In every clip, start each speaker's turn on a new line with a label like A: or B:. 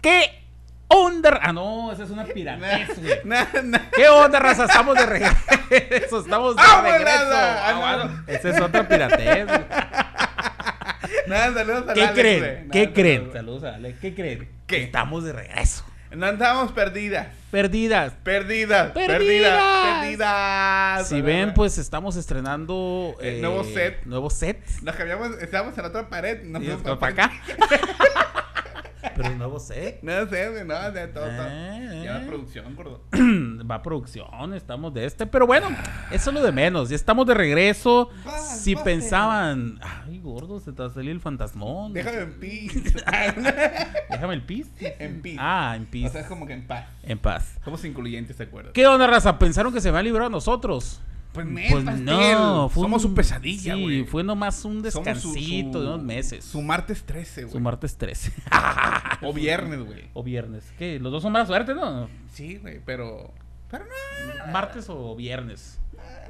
A: ¿Qué onda? Ah, no, esa es una piratez, güey. ¿Qué onda, raza? Estamos de regreso. Estamos de
B: ¡Ah, güey,
A: regreso.
B: raza! Ah,
A: Ah,
B: no.
A: bueno, Esa es otra piratez. güey.
B: Nada, saludos a
A: ¿Qué
B: Alex, güey.
A: creen?
B: Nada,
A: ¿Qué
B: saludos.
A: creen? Saludos a Alex. ¿Qué creen?
B: ¿Qué?
A: Estamos de regreso.
B: No andábamos perdidas.
A: Perdidas.
B: Perdidas, perdidas,
A: Perdidas.
B: perdidas.
A: Si ven, pues estamos estrenando
B: Eh, nuevo set.
A: Nuevo set.
B: Nos cambiamos, estábamos en la otra pared. Nos
A: Y
B: fuimos
A: esto para pues, acá. Pero el nuevo set.
B: No sé, güey, no, de todo. todo.
A: Eh,
B: Ya la
A: eh.
B: producción, gordo.
A: va producción, estamos de este, pero bueno, eso es lo de menos, ya estamos de regreso.
B: Va,
A: si
B: va,
A: pensaban, ay gordo, se te va a salir el fantasmón.
B: Déjame en peace.
A: Déjame el pis.
B: en peace.
A: Ah, en pis.
B: O sea, es como que en paz.
A: En paz.
B: Somos incluyentes, ¿te acuerdas?
A: ¿Qué onda, raza? ¿Pensaron que se va a librar a nosotros?
B: Pues, nel,
A: Pues
B: pastel.
A: no, fue
B: Somos
A: un-
B: su pesadilla,
A: sí,
B: güey.
A: fue nomás un
B: Somos su-
A: descansito
B: su-
A: de unos meses.
B: Su
A: Su,
B: martes 13, güey.
A: martes 13
B: O viernes, güey.
A: o viernes. ¿Qué? Los dos son mala suerte, ¿no?
B: Sí, güey, pero. Pero no.
A: ¿Martes o viernes?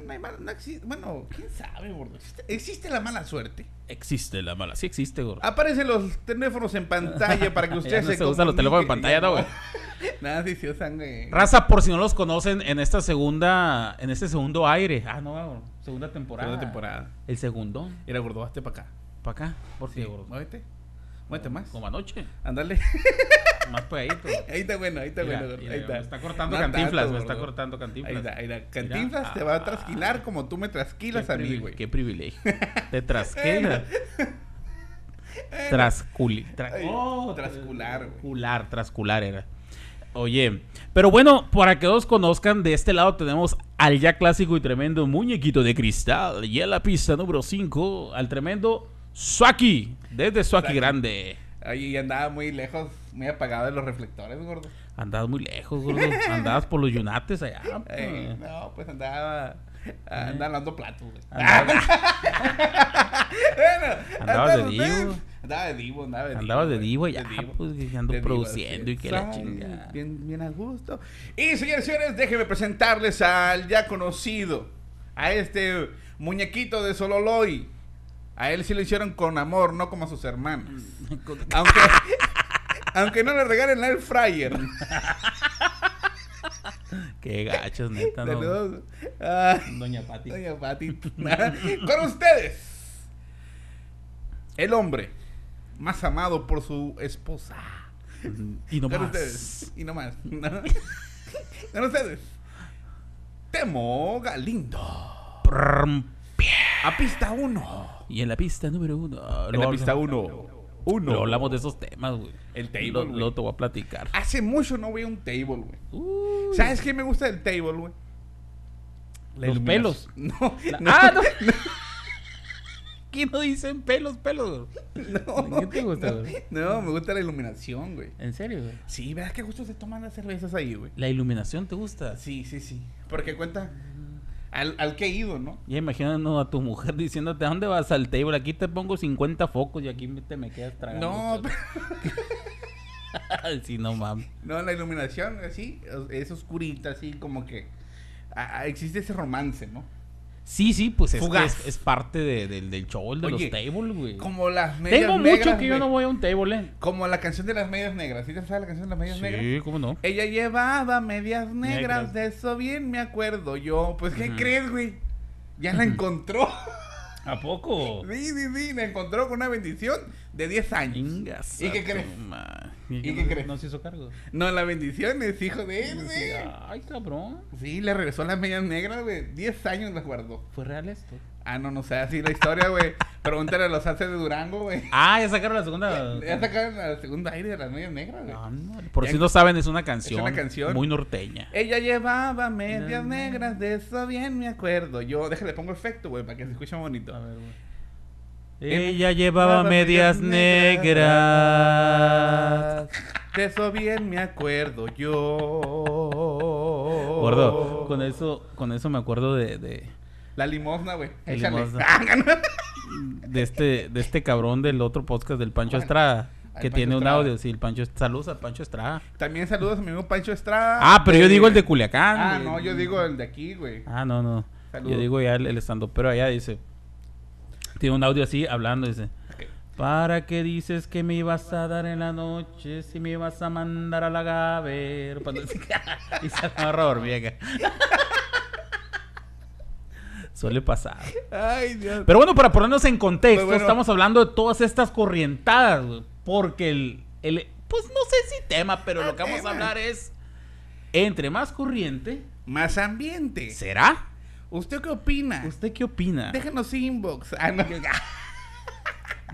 B: No hay mal- no existe- Bueno, quién sabe, gordo. Existe, existe la mala suerte.
A: Existe la mala, sí existe, gordo.
B: Aparecen los teléfonos en pantalla para que
A: Ya
B: ustedes
A: no se usan los
B: comuniquen.
A: teléfonos en pantalla, ¿no, güey?
B: Nada, sí se usan, güey.
A: Raza, por si no los conocen, en esta segunda, en este segundo aire. Ah, no, segunda temporada.
B: Segunda temporada.
A: El segundo,
B: Era gordo, hazte para acá.
A: para acá. ¿Por qué, gordo?
B: Muévete. Muévete más.
A: Como anoche.
B: Ándale.
A: Más pegadito.
B: Ahí está bueno, ahí está
A: Mira,
B: bueno. gordo,
A: mira,
B: Ahí está.
A: me está cortando
B: No
A: cantinflas,
B: tanto,
A: me está
B: gordo.
A: cortando
B: Ahí
A: cantinflas.
B: está, ahí está.
A: Mira,
B: Cantinflas te
A: ah,
B: va a trasquilar como tú me trasquilas
A: qué
B: a mí,
A: privilegio,
B: güey.
A: Qué privilegio. Te trasquela. Trasculi. tra-
B: Ay,
A: oh,
B: trascular, güey.
A: Cular, trascular era. Oye, pero bueno, para que todos conozcan, de este lado tenemos al ya clásico y tremendo muñequito de cristal. Y en la pista número 5, al tremendo Suaki, desde Suaki
B: Suaki.
A: Grande.
B: Ay, y andaba muy lejos, muy apagado de los reflectores, gordo.
A: Andabas muy lejos, gordo. Andabas por los Yunates allá. pues.
B: Ay, no, pues andaba.
A: Eh.
B: Andaba dando platos, güey.
A: Andabas,
B: Bueno,
A: Andabas de
B: ustedes-
A: divo.
B: Andaba de divo, andaba de divo.
A: andabas de
B: güey,
A: divo allá,
B: divo.
A: pues, que ando
B: De divo,
A: produciendo
B: así
A: y
B: es.
A: que la
B: Ay,
A: chingada.
B: Bien, bien a gusto. Y señores, señores, déjenme presentarles al ya conocido, a este muñequito de Sololoy. A él sí lo hicieron con amor, no como a sus hermanos. Aunque, aunque no le regalen la air fryer.
A: Qué gachos, neta. no.
B: Saludos. Ah,
A: Doña Pati.
B: doña Pati. con ustedes, el hombre más amado por su esposa.
A: Y no
B: Con
A: más.
B: ustedes. Y no más. Con ustedes. Temo Galindo.
A: Prrm.
B: A pista 1.
A: Y en la pista número uno.
B: En la
A: no,
B: pista
A: no,
B: 1.
A: no
B: 1.
A: hablamos de esos temas, güey.
B: El table,
A: Lo,
B: güey.
A: lo te voy a platicar.
B: Hace mucho no veo un table, güey.
A: Uy.
B: ¿Sabes qué me gusta del table, güey? La
A: Los
B: iluminación.
A: pelos.
B: No,
A: La-
B: no,
A: ¡Ah, no! Aquí no dicen pelos, pelos, güey.
B: no.
A: ¿Qué te gusta,
B: no,
A: güey?
B: No, me gusta la iluminación, güey.
A: ¿En serio, güey?
B: Sí, ¿verdad que justo se toman las cervezas ahí, güey?
A: ¿La iluminación te gusta?
B: Sí, sí, sí. Porque cuenta al, al que he ido, ¿no?
A: Ya imagino a tu mujer diciéndote, ¿a dónde vas al table? Aquí te pongo 50 focos y aquí me- te me quedas tragando.
B: No,
A: solo". Ay, sí, no mames.
B: No, la iluminación así, es oscurita, así como que ah, ah, existe ese romance, ¿no?
A: Sí, sí, pues es, que
B: Fugaz.
A: es, es parte de- del, del show, de los
B: Oye,
A: tables, güey.
B: Como las medias
A: Tengo mucho
B: negras,
A: que yo
B: güey.
A: no voy a un table, ¿eh?
B: Como la canción de las medias negras. ¿Sí te sabes la canción de las medias negras?
A: Sí, ¿cómo no?
B: Ella llevaba medias negras,
A: Negras.
B: de eso bien me acuerdo yo. Pues, ¿qué
A: Ujú.
B: crees, güey? Ya la encontró.
A: ¿A poco?
B: sí, sí, sí, la encontró con una bendición de 10 años.
A: Ingas.
B: ¿Y qué crees?
A: ¿Y,
B: qué
A: no-
B: crees?
A: No se hizo cargo.
B: No, la bendición es hijo de él, güey.
A: Ay, cabrón.
B: Sí, le regresó las medias negras, güey. 10 años las guardó.
A: ¿Fue real esto?
B: Ah, no, no sé, así la historia, güey. Pregúntale a los haces de Durango, güey.
A: Ah, ya sacaron la segunda.
B: Ya sacaron al segundo aire de las medias negras, güey.
A: Ah, no, Por
B: Ya-
A: si no saben, es una canción.
B: canción.
A: Muy norteña.
B: Ella llevaba medias
A: Na, na.
B: negras, de eso bien me acuerdo. Yo, déjale, pongo efecto, güey, para que se escuche
A: A
B: bonito.
A: ver, güey.
B: Eh,
A: Ella llevaba medias negras.
B: De eso bien me acuerdo yo. Oh.
A: Gordo, con eso, con eso me acuerdo de, de,
B: La limosna, güey.
A: La
B: Échale.
A: limosna.
B: Ah, ganó.
A: de este, de este cabrón del otro podcast del Pancho
B: ¿Cuál?
A: Estrada.
B: Ah, el
A: Que
B: Pancho
A: tiene un
B: Estrada.
A: audio, sí, el Pancho Saludos a Pancho Estrada.
B: También saludos a mi amigo Pancho Estrada.
A: Ah, pero yo digo el de Culiacán.
B: Ah,
A: güey.
B: no, yo digo el de aquí, güey.
A: Ah, no, no.
B: Saludos.
A: Yo digo ya el, estando, pero allá dice. Tiene un audio así hablando, dice. ¿Para qué dices que me ibas a dar en la noche si me ibas a mandar a la gaber? Cuando- y se agarra a dormir acá. Suele pasar.
B: Ay, Dios.
A: Pero bueno, para ponernos en contexto,
B: Pues bueno.
A: estamos hablando de todas estas corrientadas, güey, porque el, el- pues no sé si tema, pero
B: Ah,
A: lo que vamos
B: tema.
A: a hablar es entre más corriente,
B: Más ambiente.
A: ¿será?
B: ¿Usted qué opina?
A: ¿Usted qué opina?
B: Déjenos inbox. Ah, no.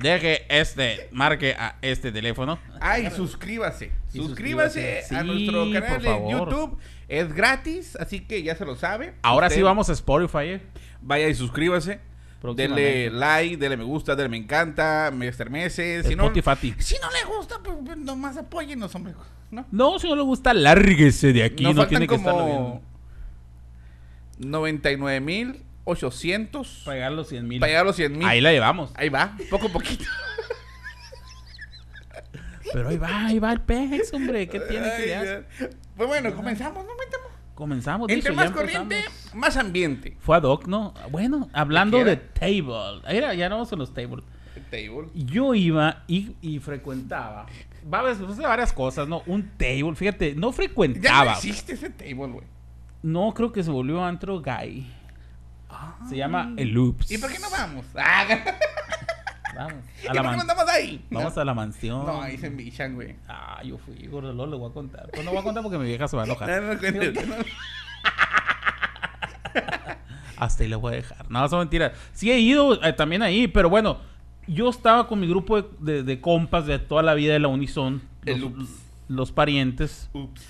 A: Deje este, marque a este teléfono.
B: Ay, suscríbase.
A: Y
B: suscríbase
A: suscríbase.
B: a
A: Sí,
B: nuestro canal
A: por
B: de
A: favor.
B: YouTube. Es gratis, así que ya se lo sabe.
A: Ahora
B: Usted
A: sí vamos a Spotify. eh.
B: Vaya y suscríbase.
A: Próximamente.
B: Dele like, dele me gusta, dele me encanta, Mr. Meses. Si no,
A: Spotify.
B: si no le gusta, pues pues, nomás apóyenos, hombre. No,
A: No, si no le gusta, lárguese de aquí.
B: Nos
A: no
B: faltan
A: tiene que estarlo
B: como
A: viendo.
B: 99,800 para
A: Pagar los 100 mil.
B: llegar a los 100 mil.
A: Ahí la llevamos.
B: Ahí va, poco a poquito.
A: Pero ahí va, ahí va el pez, hombre. ¿Qué tiene que
B: Ay,
A: le hace?
B: Dios. Pues bueno, comenzamos, ¿no? Metamos.
A: Comenzamos,
B: Entre
A: dicho,
B: más
A: ya
B: corriente,
A: empezamos.
B: más ambiente.
A: Fue ad hoc, ¿no? Bueno, hablando
B: ¿De qué
A: de
B: era?
A: table. Mira, ya no vamos en los tables.
B: Table.
A: Yo iba y, y frecuentaba. Va a ver, pues, varias cosas, ¿no? Un table, fíjate, no
B: Ya no
A: frecuentaba.
B: existe ese table, güey.
A: No, creo que se volvió antro gay. Se llama el Loops.
B: Ah. ¿Y por qué no vamos? Ah,
A: Vamos a
B: ¿Y por qué
A: la,
B: no
A: man-
B: andamos ahí?
A: vamos a la mansión.
B: No, ahí se embichan, güey.
A: Ah, yo fui, gordo, luego le voy a contar. Pues no voy a contar porque mi vieja se va a enojar.
B: No, no, cuéntame, no.
A: Hasta ahí le voy a dejar. No, son mentiras. Sí he ido eh, también ahí, pero bueno, yo estaba con mi grupo de, de- de compas de toda la vida de la Unison.
B: El
A: los,
B: Ups.
A: los parientes
B: Ups.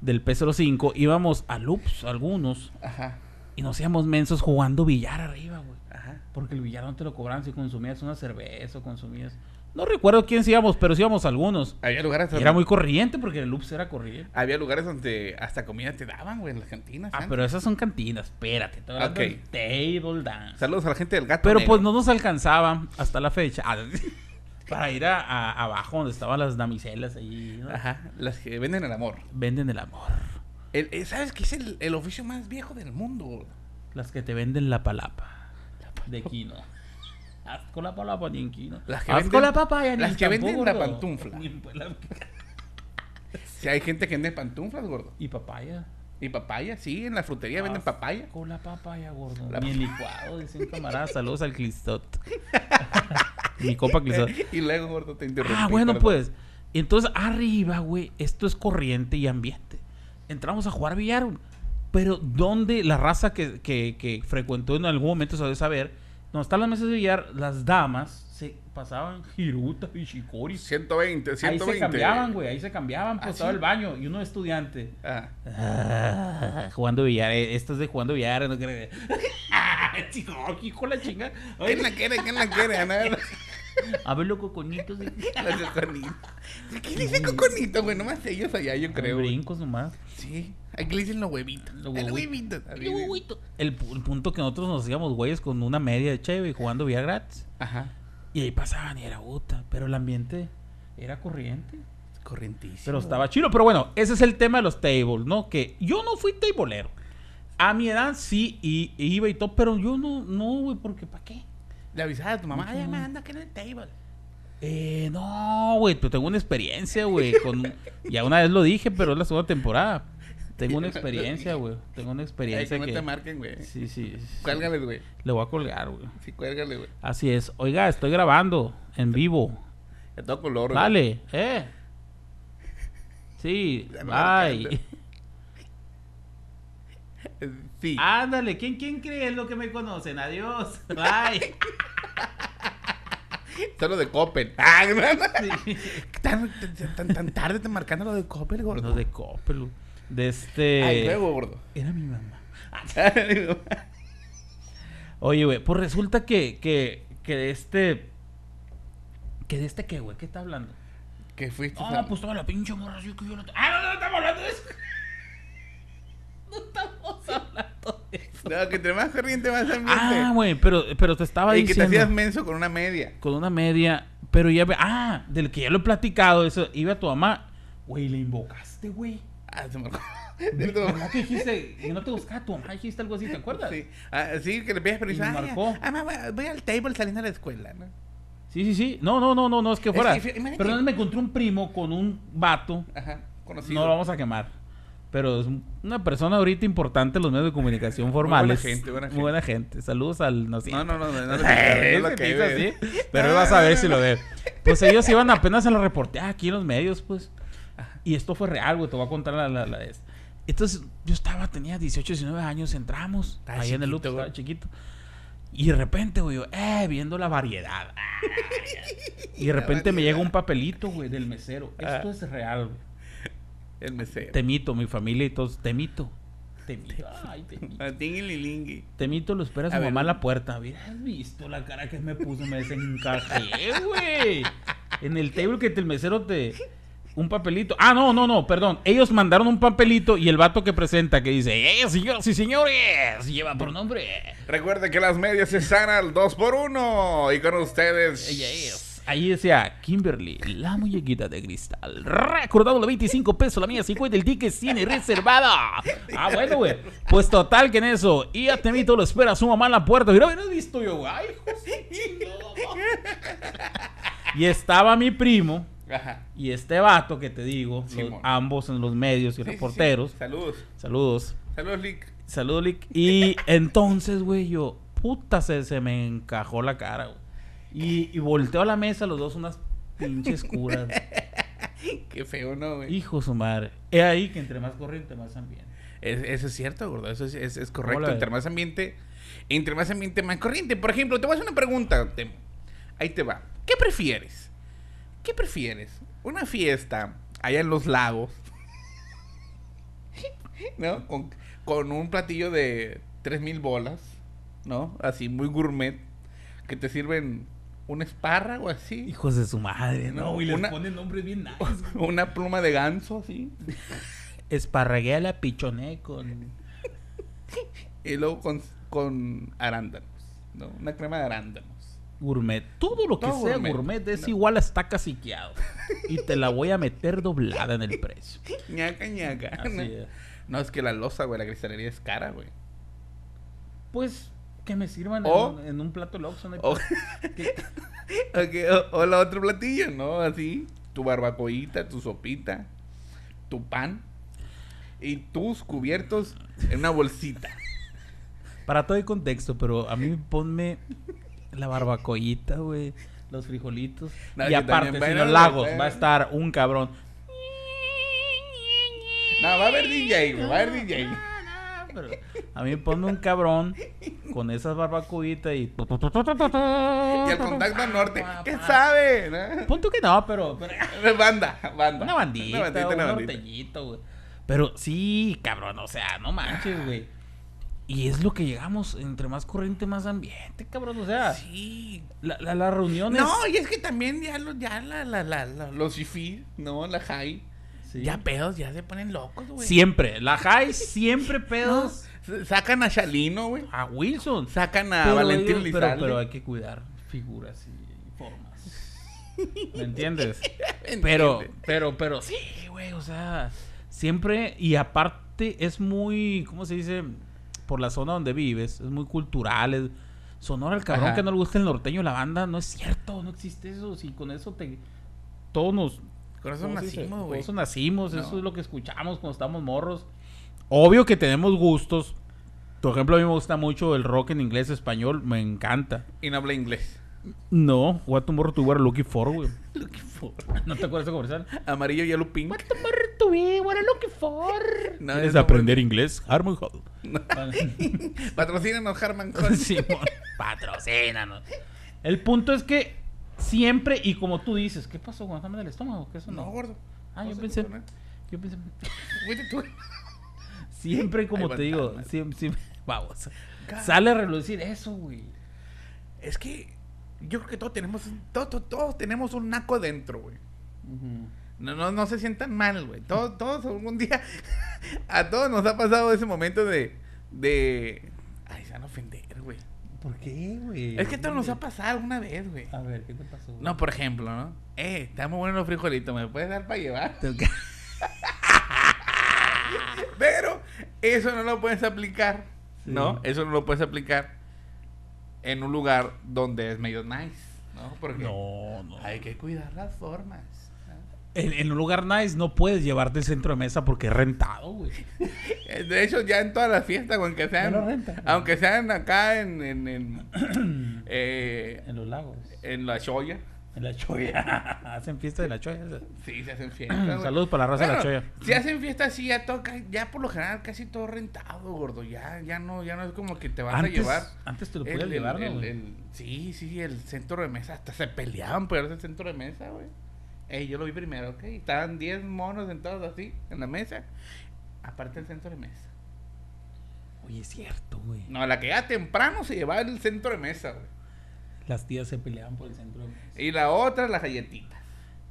A: del P05. Íbamos a Loops, algunos,
B: Ajá.
A: y nos íbamos mensos jugando billar arriba, güey.
B: Ajá.
A: Porque el billar no te lo cobraban si consumías una cerveza o consumías... No recuerdo quiénes íbamos, pero sí íbamos algunos.
B: Había lugares
A: Y
B: donde,
A: era muy corriente porque el Loops era corriente.
B: había lugares donde hasta comida te daban, güey, en las cantinas. ¿eh?
A: Ah,
B: antes.
A: pero esas son cantinas, espérate. Te hablando
B: Ok.
A: del table dance.
B: Saludos a la gente del gato.
A: Pero
B: negro.
A: pues no nos alcanzaba hasta la fecha ah, para ir a, a- abajo donde estaban las damiselas ahí. ¿no?
B: Ajá. Las que venden el amor.
A: Venden el amor.
B: El- eh, ¿Sabes qué es el, el oficio más viejo del mundo? güey?
A: Las que te venden la palapa. De quino. Haz con la palapa ni en quino.
B: Las que
A: Haz
B: venden-
A: con la papaya ni
B: las
A: en
B: que
A: champú,
B: venden la
A: gordo.
B: pantufla.
A: Ni en pela-
B: Si hay gente que vende pantuflas, gordo.
A: Y papaya.
B: Y papaya, sí, en la frutería venden
A: Haz
B: papaya.
A: Con la papaya, gordo.
B: La
A: Ni en licuado, dice un camarada. Saludos al Clistot. Mi copa Clistot.
B: y luego, gordo, te interrumpí.
A: Ah, bueno,
B: perdón.
A: pues. Entonces, arriba, güey, esto es corriente y ambiente. Entramos a jugar billar. güey. Pero, ¿dónde la raza que, que, que frecuentó en algún momento se debe saber? Donde están las mesas de billar, las damas se pasaban jirutas y chicoris.
B: 120, 120.
A: Ahí se cambiaban, güey. Ahí se cambiaban. Pues
B: ¿Ah,
A: estaba
B: sí?
A: el baño y uno estudiante.
B: Ah.
A: Ah, jugando billar, eh, esto es de jugando billar, no creo. Ah, chico, hijo de la chinga. Ay,
B: ¿Quién la quiere? ¿Quién la quiere? A ver,
A: A ver los coconitos de-
B: los coconitos. ¿Qué le dicen coconito, güey? Nomás ellos allá, yo creo. güey.
A: brincos nomás.
B: Sí. Aquí le dicen los huevitos.
A: Los
B: Los
A: huevitos.
B: huevitos. Ahí dicen.
A: El, pu- el punto que nosotros nos hacíamos güeyes con una media de cheve y jugando billar gratis.
B: Ajá.
A: Y ahí pasaban y era puta, pero el ambiente era corriente.
B: Correntísimo.
A: Pero estaba chido. Pero bueno, ese es el tema de los tables, ¿no? Que yo no fui tableero. A mi edad sí y, y iba y todo, pero yo no, no, güey, porque ¿para qué?
B: Le avisaba a tu mamá,
A: Mucho
B: ya me
A: más.
B: anda aquí en el table.
A: Eh, no, güey, pero tengo una experiencia, güey. Con... Ya una vez lo dije, pero es la segunda temporada. Tengo una experiencia, güey. Tengo una
B: Ay, que
A: experiencia
B: no te
A: que...
B: marquen, güey.
A: Sí, sí, sí.
B: Cuélgales, güey.
A: Le voy a colgar, güey.
B: Sí, cuélgales, güey.
A: Así es. Oiga, estoy grabando en vivo.
B: De todo color, güey.
A: Dale, eh. Sí,
B: Ya me
A: bye.
B: Eh, Sí.
A: Ándale, ¿quién, quién cree es lo que me conocen? Adiós, bye.
B: Solo de Coppel. Ah,
A: Sí.
B: tan, tan- tan, tan tarde te marcando lo de Coppel, gordo.
A: Los de Copelu. De este...
B: Ay, luego, gordo.
A: Era mi mamá. Oye, güey, pues resulta que, que, que de este. ¿Que de este qué, güey? ¿Qué está hablando?
B: ¿Qué fuiste?
A: No,
B: Sam?
A: pues toda la pinche morra así que yo no. ¡Ah, no, no estamos hablando de eso! No estamos hablando de eso.
B: No, que entre más corriente, más ambiente.
A: Ah, güey, pero, pero te estaba
B: y que te
A: diciendo.
B: hacías menso con una media.
A: Con una media, pero ya. ve- Ah, del que ya lo he platicado, eso. Iba tu mamá. Güey, le invocaste, güey.
B: Ah, se me
A: Ve- ¿Verdad
B: acuerdo.
A: que dijiste que no te buscaba tu mamá? Dijiste algo así, ¿te acuerdas?
B: Sí. Ah, sí, que le pedías permiso.
A: Y me
B: Ay,
A: marcó.
B: ah, mamá, voy al table saliendo de la escuela, ¿no?
A: Sí, sí, sí. No, no, no, no, no es que
B: Es
A: fuera.
B: que, fí- imagínate.
A: pero una vez me encontré un primo con un vato.
B: Ajá, conocido.
A: No lo vamos a quemar. Pero es una persona ahorita importante en los medios de comunicación formales.
B: gente, buena
A: Muy buena gente. Saludos al. No, sé.
B: No, no, no, no, no, no, no, no, no,
A: Ese
B: no, no, no,
A: te hizo
B: no,
A: así,
B: no.
A: Pero él va a saber si lo ve. Pues ellos iban apenas a lo reportear aquí en los medios, pues. Y esto fue real, güey. Te voy a contar la, la, la- es- Entonces, yo estaba, tenía 18, 19 años, entramos.
B: Estaba
A: Ahí en el loop,
B: chiquito, güey.
A: estaba chiquito. Y de repente, güey, yo, eh, viendo la variedad. Ah, Y de
B: La
A: repente me
B: variedad. Ah.
A: llega un papelito, güey, del mesero. Esto es real, güey.
B: El mesero.
A: Temito, mi familia y todos. Temito. Temito. Ay, temito.
B: Ah, tinguililingui.
A: Temito lo espera su
B: A ver,
A: mamá en
B: un-
A: la puerta. Mira, ¿Has visto la cara que me puso? Me desencajé, güey. En el table que el mesero te... Un papelito. Ah, no, no, no, perdón. Ellos mandaron un papelito y el vato que presenta que dice, ¡Eh, señoras y señores! Lleva por nombre.
B: Recuerda que las medias están al 2x1. Y con ustedes.
A: Ella es. Ahí decía Kimberly, la muñequita de cristal. Recordado la 25 pesos, la mía 50, el ticket tiene reservada. Ah, bueno, güey. Pues total que en eso. Y a Temito lo espera su mamá en la puerta. Mira, no he visto yo, güey. Ay, hijo de su chingada madre. Y estaba mi primo
B: Ajá.
A: y este vato que te digo, los-
B: Simón.
A: ambos en los medios y
B: Sí, sí, sí.
A: reporteros.
B: Saludos.
A: Saludos.
B: Saludos, Lick.
A: Saludos, Lick. Y entonces, güey, yo, puta, se, se me encajó la cara, güey. Y, y volteo a la mesa, los dos unas pinches curas.
B: Qué feo, ¿no, güey?
A: Hijo de su madre. Es ahí que entre más corriente, más ambiente.
B: Es- eso es cierto, gordo. Eso es, es- es correcto.
A: Hola.
B: Entre más ambiente, entre más ambiente, más corriente. Por ejemplo, te voy a hacer una pregunta, Temo. Ahí te va. ¿Qué prefieres? ¿Qué prefieres? ¿Una fiesta allá en los lagos? ¿No? Con, con un platillo de 3000 bolas, ¿no? Así muy gourmet. Que te sirven un espárrago así.
A: Hijos de su madre,
B: No,
A: ¿no? Y
B: una-
A: les ponen nombres bien nice. güey.
B: Una pluma de ganso así.
A: Esparragué a la pichoné con...
B: Y luego con, con arándanos, ¿no? Una crema de arándanos.
A: Gourmet. Todo lo que
B: Todo
A: sea
B: gourmet.
A: gourmet, es
B: No.
A: igual a está caciqueado. Y te la voy a meter doblada en el precio.
B: Ñaca, ñaca.
A: Así
B: ¿no?
A: es.
B: No, es que la losa, güey, la cristalería es cara, güey.
A: Pues que me sirvan
B: O-
A: en, un- en un plato loxo. No hay
B: O,
A: ¿Qué?
B: Ok, o- o la otra platilla, ¿no? Así, tu barbacoita, tu sopita, tu pan y tus cubiertos en una bolsita.
A: Para todo el contexto, pero a mí ponme la barbacollita, güey. Los frijolitos.
B: No,
A: y
B: que
A: aparte,
B: también
A: si en
B: bailan
A: los lagos
B: los-
A: va a estar un cabrón.
B: No, va a haber DJ, güey, va a haber DJ.
A: Pero a mí ponme un cabrón con esas barbacoitas y.
B: Y el contacto norte, ¿qué sabe? no?
A: Punto que no, pero. pero-
B: Banda, banda.
A: Una bandita,
B: Una bandita, una
A: un
B: bandita.
A: norteñito, güey. Pero sí, cabrón, o sea, no manches, güey. Y es lo que llegamos, entre más corriente, más ambiente, cabrón. O sea,
B: Sí,
A: la, la- las reuniones.
B: No, y es que también ya los, ya la, la, la, la- los fifí, ¿no? La high.
A: Sí.
B: Ya pedos, ya se ponen locos, güey.
A: Siempre, la high siempre pedos
B: S- Sacan a Chalino, güey.
A: a Wilson.
B: Sacan a
A: Pero
B: Ah, Valentín
A: ellos- pero,
B: Elizalde.
A: pero hay que cuidar figuras y formas. ¿Me entiendes? Pero, pero, pero sí, güey, o sea, siempre y aparte es muy, ¿cómo se dice? Por la zona donde vives, es muy cultural. es- Sonora, el cabrón
B: Ajá.
A: que no le gusta el norteño, la banda, no es cierto, no existe eso. Si con eso te. Todos nos.
B: Con eso
A: ¿cómo se dice?
B: nacimos,
A: Con
B: güey.
A: eso nacimos, eso
B: No.
A: es lo que escuchamos cuando estamos morros. Obvio que tenemos gustos. Por ejemplo, a mí me gusta mucho el rock en inglés, español, me encanta.
B: Y no habla inglés.
A: No, What Tomorrow You Were Looking For, güey.
B: Lo que for.
A: ¿No te acuerdas de conversar?
B: Amarillo y lo pink.
A: Tomorrow to be, what are looking for.
B: No,
A: ¿Quieres
B: eso
A: aprender inglés? Harmon Hall.
B: fue- Patrocínanos, Harman Cohen.
A: Patrocínanos. El punto es que siempre, y como tú dices, ¿qué pasó con el estómago? ¿Qué eso
B: No,
A: no?
B: gordo.
A: Ah,
B: No
A: yo
B: sé
A: pensé-
B: qué poner.
A: Yo pensé-
B: Fuiste tú.
A: Siempre, como
B: Ahí
A: te
B: va,
A: digo,
B: tal,
A: siempre, siempre- vamos.
B: God.
A: Sale a relucir eso, güey.
B: Es que yo creo que todos tenemos, todos, todos, todos tenemos un naco dentro, güey. No, no, no se sientan mal, güey. Todos, todos algún día. A todos nos ha pasado ese momento de. de. Ay, se van a ofender, güey.
A: ¿Por qué, güey?
B: Es que a todos nos ha pasado alguna vez, güey.
A: A ver, ¿qué te pasó?
B: No, por ejemplo, ¿no? Eh, está muy bueno los frijolitos, ¿me puedes dar para llevar? Pero eso no lo puedes aplicar, ¿no?
A: Sí.
B: Eso no lo puedes aplicar en un lugar donde es medio nice. No, porque
A: No, no.
B: hay que cuidar las formas.
A: En, en un lugar nice no puedes llevarte el centro de mesa porque es rentado, güey.
B: Eh, De hecho, ya en todas las fiestas, güey, aunque sean,
A: Ya no renta.
B: aunque sean acá en, en, en, eh,
A: En los lagos.
B: en la Choya,
A: En la choya. Hacen fiesta de la choya. esa.
B: sí, se hacen fiestas. güey.
A: Saludos para la raza de la
B: Bueno,
A: Choya.
B: Si hacen fiestas así, ya toca, ya por lo general casi todo rentado, gordo. Ya, ya no, ya no es como que te vas a
A: Antes,
B: llevar.
A: antes te lo
B: el-
A: podías
B: el-
A: llevar, ¿no,
B: el-
A: güey?
B: el- sí, sí, el centro de mesa. Hasta se peleaban por ese centro de mesa, güey. Ey, yo lo vi primero, ¿ok? Estaban 10 monos sentados así en la mesa. Aparte del centro de mesa.
A: Oye, es cierto, güey.
B: No, la que ya temprano se llevaba el centro de mesa, güey.
A: Las tías se peleaban por el centro de mesa.
B: Y la otra, las galletitas.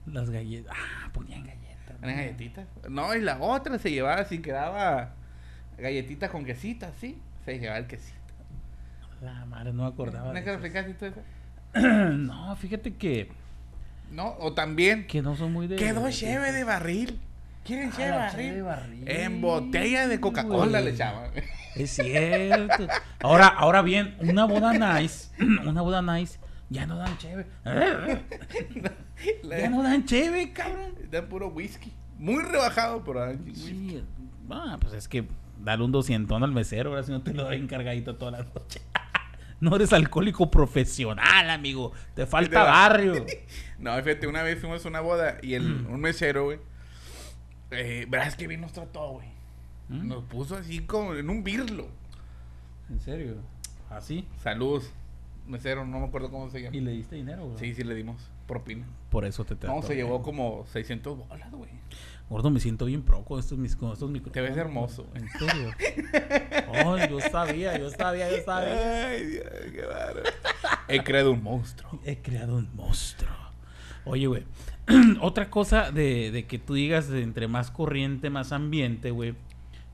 A: Las galletas. Ah, ponían galletas.
B: ¿Eran
A: ¿no?
B: galletitas? No, y la otra se llevaba así, quedaba galletitas con quesito, así. Se llevaba el quesito.
A: La madre, no me acordaba.
B: ¿No
A: de
B: es que lo
A: esas.
B: explicaste tú eso?
A: No, fíjate que,
B: No, o también.
A: que no son muy de.
B: Quedó cheve de barril. ¿Quieren
A: Ah,
B: cheve de
A: la
B: barril?
A: cheve de barril,
B: En botella de Coca-Cola
A: güey.
B: le echaban.
A: Es cierto. Ahora, ahora bien, una boda nice, una boda nice, ya no dan cheve.
B: Le
A: Ya no dan cheve, cabrón.
B: Dan puro whisky. Muy rebajado, pero dan whisky.
A: Sí, ah, pues es que dale un doscientón al mesero, ahora si no te lo doy encargadito toda la noche. No eres alcohólico profesional, amigo. Te falta
B: Te va.
A: barrio.
B: No, fíjate, una vez fuimos a una boda y el,
A: Mm.
B: un mesero, güey. Eh, verás que bien nos trató, güey.
A: ¿Mm?
B: Nos puso así como en un birlo.
A: ¿En serio? ¿Así?
B: Salud. Mesero, no me acuerdo cómo se llama.
A: ¿Y le diste dinero, güey?
B: Sí, sí le dimos propina.
A: Por eso te
B: No,
A: trató
B: se
A: bien.
B: llevó como 600 bolas, güey.
A: Gordo, me siento bien pro con estos, mis, con estos micrófonos.
B: Te ves hermoso,
A: En serio. Oh, yo sabía, yo sabía, yo sabía.
B: Ay, Dios, qué bárbaro. He creado un monstruo.
A: He creado un monstruo. Oye, güey. Otra cosa de, de que tú digas de entre más corriente, más ambiente, güey.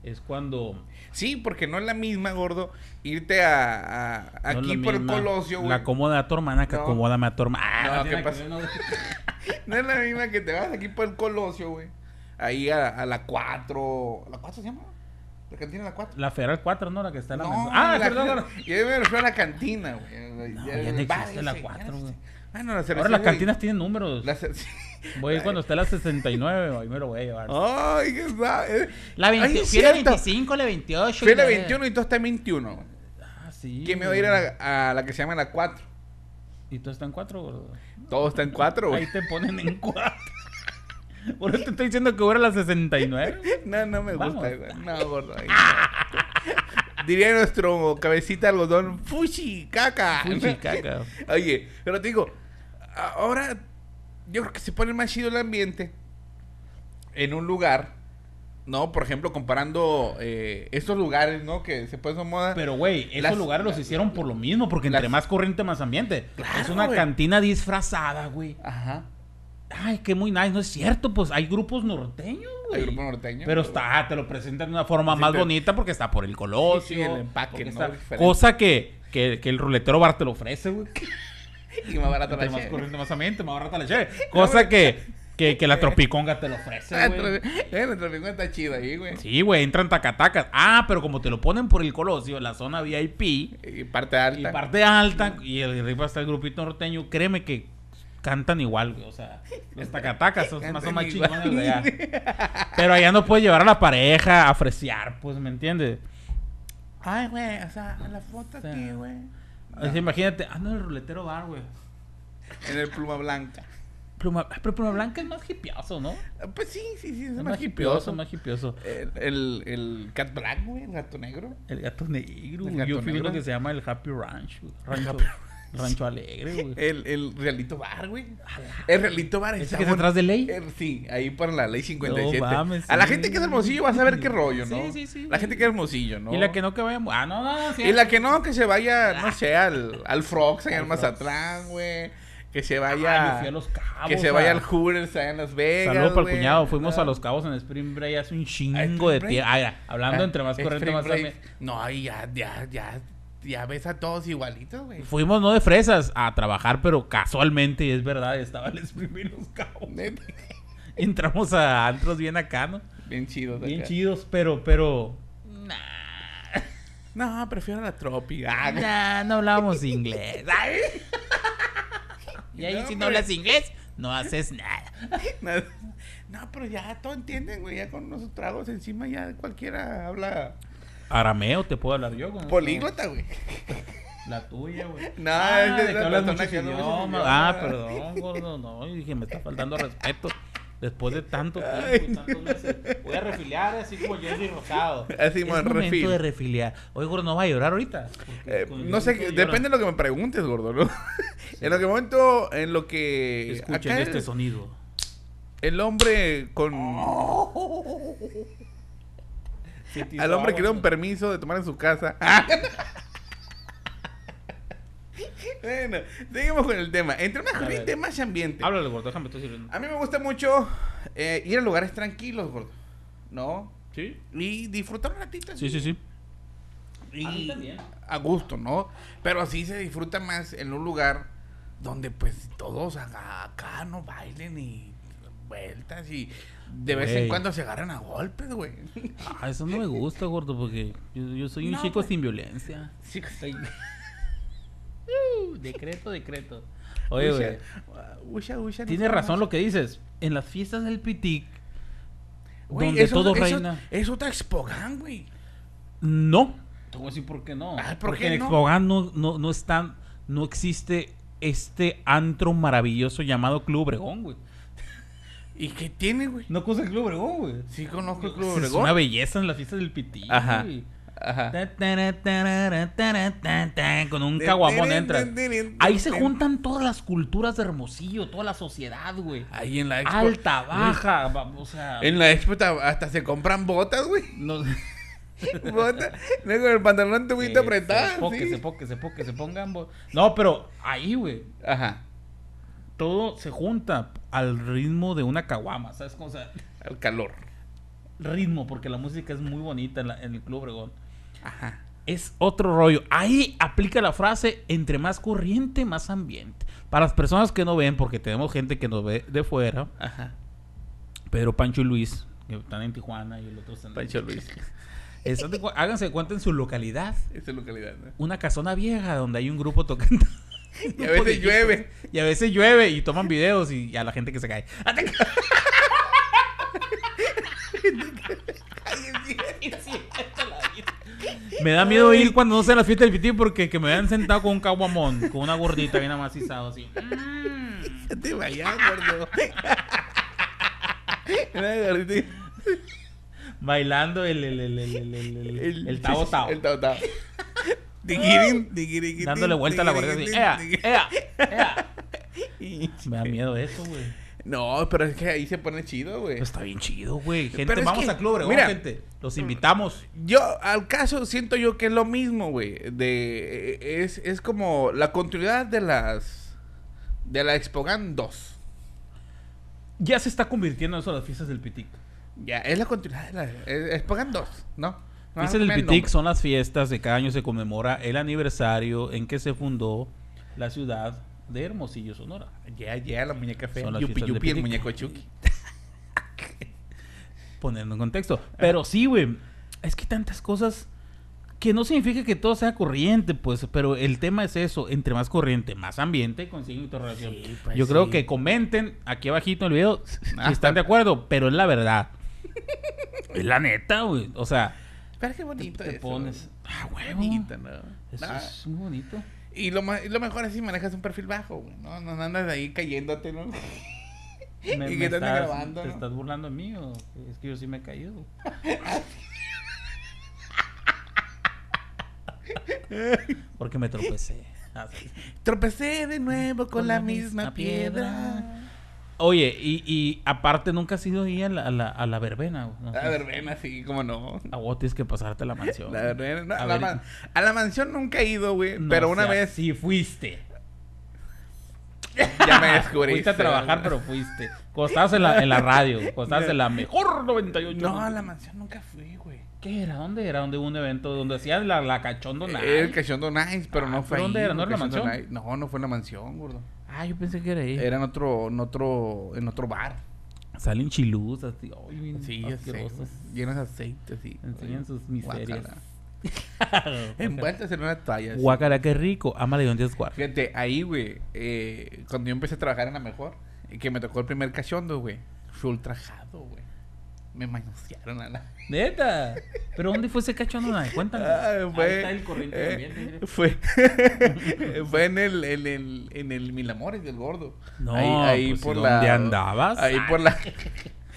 A: Es cuando.
B: Sí, porque no es la misma, gordo, irte a, a-
A: no es
B: aquí
A: la
B: por el
A: misma-
B: Colosio, güey.
A: La acomoda a tu hermana que
B: No.
A: acomódame a tu hermana.
B: No,
A: Ah,
B: ¿qué
A: tiene que
B: pasó?
A: ver, no, güey.
B: No es la misma que te vas aquí por el Colosio, güey. Ahí a, a la 4. ¿La 4 se llama? ¿La cantina de la 4?
A: La Federal 4, ¿no? La que está en la.
B: No,
A: Mendoza. ah,
B: la,
A: perdón, perdón.
B: Yo me refiero a la cantina, güey.
A: No,
B: Ya
A: ya
B: el
A: no
B: bar
A: existe la
B: ese, ya no
A: 4, güey.
B: existe. Bueno, la cerveza.
A: Ahora las cantinas tienen números. Voy a ir
B: Ay.
A: cuando esté la 69, güey. Me lo voy a llevar.
B: Ay, qué sabe.
A: La 20,
B: 20 Ay, es
A: fui a la
B: cierto.
A: 25, la 28.
B: Fui a la
A: güey.
B: 21 y tú estás en 21. güey.
A: Ah, sí.
B: ¿Quién me va a ir a la, a la que se llama la 4?
A: Y tú estás en 4, gordo.
B: Todos están en 4, güey.
A: Ahí te ponen en 4. Por eso te estoy diciendo que hubiera la 69. güey.
B: No, no me
A: Vamos.
B: gusta. güey. No, gordo. ay, no. Diría nuestro cabecita de algodón, fuchi, caca.
A: Fuchi, caca.
B: Oye, pero te digo, ahora yo creo que se pone más chido el ambiente en un lugar, ¿no? Por ejemplo, comparando eh, estos lugares, ¿no? Que se pueden moda.
A: Pero, güey, esos
B: Las-
A: lugares los
B: la-
A: hicieron por lo mismo, porque entre
B: las-
A: más corriente, más ambiente.
B: Claro,
A: es una
B: güey.
A: cantina disfrazada, güey.
B: Ajá.
A: Ay, qué muy nice. No es cierto, pues hay grupos norteños, güey.
B: El grupo norteño.
A: Pero está, ah, te lo presentan de una forma
B: Sí,
A: más
B: pero-
A: bonita porque está por el Colosio.
B: Sí, sí, el empaque,
A: porque
B: ¿no?
A: está-
B: Diferente.
A: Cosa que, que, que el ruletero bar te lo ofrece, güey.
B: Y más barato
A: Entre
B: la
A: más
B: cheve.
A: corriente, más ambiente, más barata la cheve. Cosa que, que, que la tropiconga te lo ofrece,
B: Ah,
A: güey.
B: eh, la Tropicón está chida ahí, güey.
A: Sí, güey, entran tacatacas. Ah, pero como te lo ponen por el Colosio, la zona VIP
B: Y parte alta.
A: y parte alta y el- arriba está el grupito norteño, créeme que cantan igual, güey. O sea, los tacatacas son más, son más
B: Cantan
A: chingones de
B: igual.
A: allá. Pero allá no puedes llevar a la pareja a freciar, pues, ¿me entiendes?
B: Ay, güey, o sea, la foto
A: sea,
B: aquí, güey.
A: O sea, imagínate, ando en el ruletero bar, güey.
B: En el pluma blanca.
A: Pluma, ah, pero Pluma Blanca es más hipioso, ¿no?
B: Ah, Pues sí, sí, sí, es,
A: Es
B: más
A: más hipioso,
B: hipioso.
A: más hipioso.
B: El, el, el Cat Black, güey, el gato negro.
A: El gato negro,
B: El
A: güey.
B: gato
A: Yo fui a uno
B: negro.
A: que se llama el Happy Ranch, güey. Rancho, rancho Alegre, güey.
B: El, el Realito Bar, güey. El Realito Bar
A: ¿Ese
B: está
A: que es
B: bueno.
A: detrás de ley?
B: El- sí, ahí por la ley 57.
A: No mames,
B: a la
A: sí.
B: gente que es de hermosillo va a saber qué rollo, ¿no?
A: Sí, sí, sí.
B: La gente que es hermosillo, ¿no?
A: Y la que no que vaya... mu- Ah, no, no, no. sí.
B: Y la que no, que se vaya, no sé, al, al Frogs allá
A: Al
B: en
A: Frogs.
B: Mazatlán, güey. Que se
A: Ay,
B: vaya.
A: me fui a Los Cabos.
B: que se
A: a-
B: vaya al Hooters allá en Las Vegas.
A: Saludos para
B: güey.
A: el cuñado. Fuimos
B: No.
A: a Los Cabos en Spring Break hace un
B: Spring
A: chingo de
B: Break.
A: tiempo. Ah, mira, hablando
B: Ah,
A: entre más corriente,
B: Spring
A: más...
B: Break.
A: ambiente.
B: No, ahí ya, ya, ya, ya ves a todos igualitos, güey.
A: Fuimos no de fresas a trabajar, pero casualmente, y es verdad, estaba el Spring Break en Los Cabos.
B: Neta.
A: Entramos a antros bien acá, ¿no?
B: Bien chido.
A: Bien chidos, pero, pero... Nah.
B: No, prefiero la tropi. Ah,
A: Nah, no hablábamos inglés. Ay.
C: Y ahí
B: No,
C: si
B: pero-
C: no hablas inglés, no haces nada.
B: No, pero ya todo entienden, güey. Ya con unos tragos encima ya cualquiera habla
A: Arameo te puedo hablar yo. güey.
B: políglota, güey.
A: La tuya, güey.
B: No,
A: ah,
B: es de
A: de que
B: la
A: hablas
B: persona
A: muchos
B: que habla muchos
A: idiomas.
B: idiomas.
A: Ah, perdón, gordo, no. Y dije, me está faltando respeto. Después de tanto tiempo y tantos meses, voy a refiliar así como Jordi Rosado.
B: Así,
C: es
B: man,
C: momento
B: refil.
C: de refiliar. Oye, gordo, ¿no va a llorar ahorita?
B: Eh,
A: Porque con
B: no sé,
A: Jordi llora.
B: depende de lo que me preguntes, gordo, ¿no? En lo que momento, en lo que.
A: Escuchen
B: acá
A: este
B: el,
A: sonido.
B: el hombre con.
A: Oh.
B: al hombre que le da un permiso de tomar en su casa. bueno, seguimos con el tema. Entre más
A: A ver.
B: corriente, más ambiente.
A: Háblale, gordo, déjame tú decirlo.
B: A mí me gusta mucho eh, ir a lugares tranquilos, gordo. ¿No?
A: ¿Sí?
B: Y disfrutar un ratito.
A: Sí, sí, sí.
B: Y
A: A mí también.
B: a gusto, ¿no? Pero así se disfruta más en un lugar donde pues todos acá, acá no bailen y vueltas y de vez en
A: Güey.
B: cuando se agarran a golpes, güey.
A: Ah, eso no me gusta, gordo, porque yo, yo soy un
C: No,
A: chico
C: pues.
A: sin violencia.
B: Sí,
C: Ay. Uh, decreto, decreto.
A: Oye,
B: Usha,
A: güey,
B: uh, usha, usha, no
A: tienes
B: sé
A: razón
B: más.
A: lo que dices. En las fiestas del Pitic,
B: Güey,
A: donde
B: eso-
A: todo
B: eso-
A: reina.
B: Es otra expogán, güey.
A: No. Te voy a decir por qué no.
B: Ah, ¿por
A: Porque
B: qué
A: en
B: no?
A: Expogan no, no, no están, no existe este antro maravilloso llamado Club Obregón, güey.
B: ¿Y qué tiene, güey?
A: No cosa el Club Obregón, güey.
B: Sí conozco el Club
A: Es una
B: Obregón.
A: belleza en las fiestas del Pitic,
B: Ajá.
A: güey.
B: Ajá.
A: Ta, tara, tara, tara, tan, tan, Con un caguamón entra. Ahí se
B: Este,
A: juntan todas las culturas de Hermosillo, toda la sociedad, güey.
B: Ahí en la expo.
A: Alta, baja, va- o sea.
B: pues, En la expo ta- hasta se compran botas, güey.
A: no-
B: Bota, luego el pantalón
A: que
B: tubito apretado.
A: Se poque,
B: sí.
A: se poque, se poque, se pongan. bo- No, pero ahí, güey.
B: Ajá.
A: Todo se junta al ritmo de una caguama, ¿sabes? cómo? O sea,
B: El calor.
A: ritmo, porque la música es muy bonita en, la- en el Club Obregón.
B: Ajá.
A: Es otro rollo. Ahí aplica la frase, entre más corriente, más ambiente. Para las personas que no ven, porque tenemos gente que nos ve de fuera,
B: Ajá.
A: Pedro Pancho y Luis, que están en Tijuana y el otro está en...
B: Pancho Luis.
A: Están de cu- háganse de cuenta en su localidad.
B: Esa es localidad, ¿no?
A: Una casona vieja donde hay un grupo tocando.
B: Y a veces llueve.
A: Y a veces llueve y toman videos y a la gente que se cae. Me da miedo ir cuando no sea la fiesta del pitín porque que me vean sentado con un caguamón, con una gordita bien amacizado así.
B: Ya te vayas, gordo. Era de gordito.
A: Bailando el, el, el, el, el, el, el, el tao tao.
B: El tao tao. Tiquirín, tiquiriquitín,
A: Dándole vuelta a la gordita así. ¡Ea!
B: tiquiriquitín,
A: ¡Ea! ¡Ea!
B: tiquiriquitín.
A: Me da miedo eso, güey.
B: No, pero es que ahí se pone chido, güey.
A: Está bien chido, güey. Gente,
B: Pero es
A: vamos
B: que,
A: a Club Obregón,
B: mira.
A: gente. Los invitamos.
B: Yo, al caso, siento yo que es lo mismo, güey. De, eh, es, es como la continuidad de las. De la Expogan 2.
A: Ya se está convirtiendo eso en las fiestas del Pitic.
B: Ya, es la continuidad de la. eh, Expogan 2, ¿no? No,
A: Fiestas del
B: no,
A: Pitic
B: no.
A: son las fiestas de cada año se conmemora el aniversario en que se fundó la ciudad de Hermosillo, Sonora.
B: Ya, ya, la muñeca fea.
A: Son las
B: Yupi,
A: fiestas de
B: yupi, el
A: Pitic.
B: muñeco Chucky.
A: Ponerlo en contexto. Pero sí, güey. Es que hay tantas cosas que no significa que todo sea corriente, pues. Pero el tema es eso. Entre más corriente, más ambiente, consiguen interrogación.
B: pues,
A: Yo creo
B: sí.
A: que comenten aquí abajito en el video
B: Ah.
A: si están de acuerdo. Pero es la verdad. es la neta, güey. O sea,
B: Pero qué
A: te,
B: bonito.
A: te
B: eso,
A: pones...
B: güey.
A: Ah,
B: Qué
A: huevo.
B: bonito, ¿no? Ah,
A: Eso
B: Nah,
A: es muy bonito.
B: Y, lo, ma- y lo mejor es si manejas un perfil bajo, güey. No, no andas ahí cayéndote, ¿no?
A: Me,
B: Y
A: me
B: que te anden
A: estás-
B: grabando,
A: ¿Te
B: ¿no?
A: estás burlando de mí o es que yo sí me he caído? Porque me tropecé. Ah, Así.
B: Tropecé de nuevo con, la, misma, piedra.
A: Oye, y, y aparte nunca has ido ahí a la, a la, a la verbena. güey? No,
B: A ver, ven así, como no.
A: A vos tienes que pasarte la mansión.
B: La verdad, no,
A: A
B: a, la
A: ver,
B: man- a la mansión nunca he ido, güey.
A: no
B: pero una
A: seas-
B: vez
A: Sí, fuiste.
B: ya me descubrí.
A: Fuiste a trabajar, pero fuiste. Costabas en la, en la radio. Costabas en la mejor 98.
B: No, a la mansión nunca fui, güey.
A: ¿Qué era? ¿Dónde era? ¿Dónde hubo un evento? ¿Donde hacían la, la cachondo?
B: Eh, El cachondo Nice, pero
A: Ah,
B: no
A: ¿pero
B: fue
A: dónde
B: ahí,
A: era? ¿No
B: güey,
A: era la
B: Cachondo
A: mansión?
B: Nice. No, no fue en la mansión, gordo.
A: Ah, yo pensé que era ahí.
B: Era en otro, en otro, en otro bar.
A: Salen chiluzas, tío. Ay, bien
B: Sí, ya sé,
A: asquerosas.
B: güey. Llenas de aceite, sí.
A: Enseñan sus miserias.
B: Guácala. Envueltas en una toalla. así.
A: Guácara, qué rico. Ámale donde es guar.
B: Fíjate, ahí, güey, eh, cuando yo empecé a trabajar en la mejor, y que me tocó el primer cachondo, güey, fui ultrajado, güey. Me manosearon a la...
C: Neta. ¿Pero dónde fue ese cachondo? Nadie? Cuéntame.
B: Ah, fue,
D: está el corriente también, te diré.
B: Fue, fue en el, en el, en el Milamores del Gordo.
A: No,
B: ahí, ahí
A: pues, ¿y
B: por
A: dónde
B: la,
A: andabas?
B: Ahí por la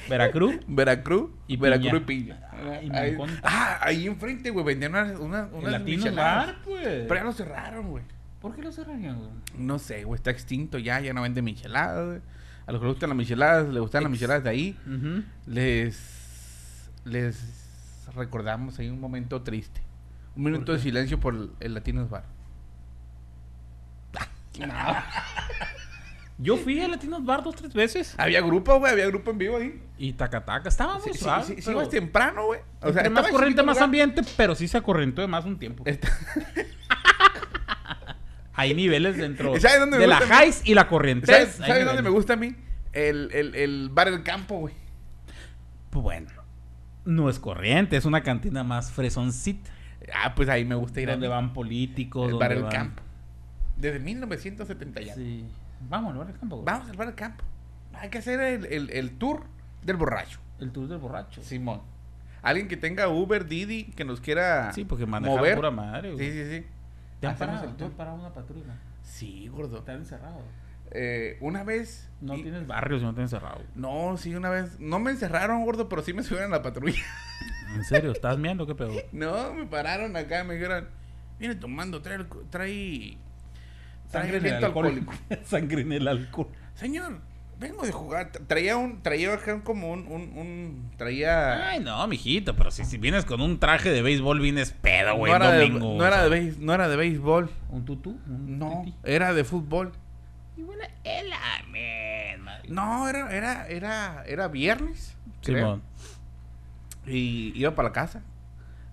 A: Veracruz.
B: Veracruz
A: Y
B: Veracruz y
C: y
B: Piña. Ahí,
C: Mancón.
B: ah, ahí enfrente, güey, vendían unas, unas,
C: El
B: unas
C: latino
B: micheladas.
C: bar, pues.
B: Pero ya lo cerraron, güey.
D: ¿Por qué lo cerrarían, güey?
B: No sé, güey, está extinto ya, ya no vende micheladas. güey. A los que les gustan las micheladas, les gustan las micheladas de ahí.
A: Ujú.
B: Les, les recordamos ahí un momento triste. Un minuto de silencio por el, el Latinos Bar.
A: Yo fui a Latinos Bar dos, tres veces.
B: Había grupo, güey, había grupo en vivo ahí.
A: Y tacataca. Estábamos,
B: Sí, sí,
A: ah,
B: sí, sí,
A: pero
B: ibas temprano, güey. O sea,
A: entre más
B: estaba
A: corriente,
B: chiquito
A: más
B: lugar.
A: ambiente, pero sí se acorrentó de más un tiempo.
B: Está-
A: Hay niveles dentro
B: ¿Sabes dónde me
A: de la
B: gusta?
A: highs y la corriente.
B: ¿Sabes, sabes dónde me gusta a mí? El, el, el bar del campo, güey.
A: pues Bueno, no es corriente, es una cantina más fresoncita.
B: Ah, pues ahí me gusta ir a
A: Donde van políticos,
B: el
A: donde
B: bar del
A: van-
B: campo. Desde 1970 ya.
C: Sí. Vamos, ¿no? El campo. güey.
B: Vamos al bar del campo. Hay que hacer el, el, el tour del borracho.
C: El tour del borracho.
B: Simón. Alguien que tenga Uber, Didi, que nos quiera
A: Sí, porque manejar
B: mover.
A: pura madre. güey.
B: Sí, sí, sí.
C: Te han
B: Hacemos
C: parado,
B: el
C: te han
B: tour.
C: parado una patrulla.
B: Sí, gordo.
C: Están encerrados.
B: Eh, una vez...
C: No
B: y-
C: tienes
A: Barrio, si no te encerrado.
B: No, sí, una vez... No me encerraron, gordo, pero sí me subieron a la patrulla.
A: En serio, ¿estás mirando qué pedo?
B: No, me pararon acá, me dijeron... Viene tomando, trae... alco- Trae, trae
A: Sangre en el
B: aliento
A: alcohol.
B: alcohólico.
A: Sangre en el alcohol.
B: Señor, vengo de jugar. Tra- Traía un... Traía acá como un... un, un- traía...
A: Ay, no, mijito, pero si, si vienes con un traje de béisbol, vienes pedo, güey,
B: no, era de,
A: domingo.
B: no era de béis- no era de béisbol.
C: ¿Un tutú? ¿Un
B: No,
C: tití?
B: era de fútbol.
A: Y bueno, el amén.
B: No, era, era, era, era viernes. creo.
A: Simón.
B: Y iba para la casa.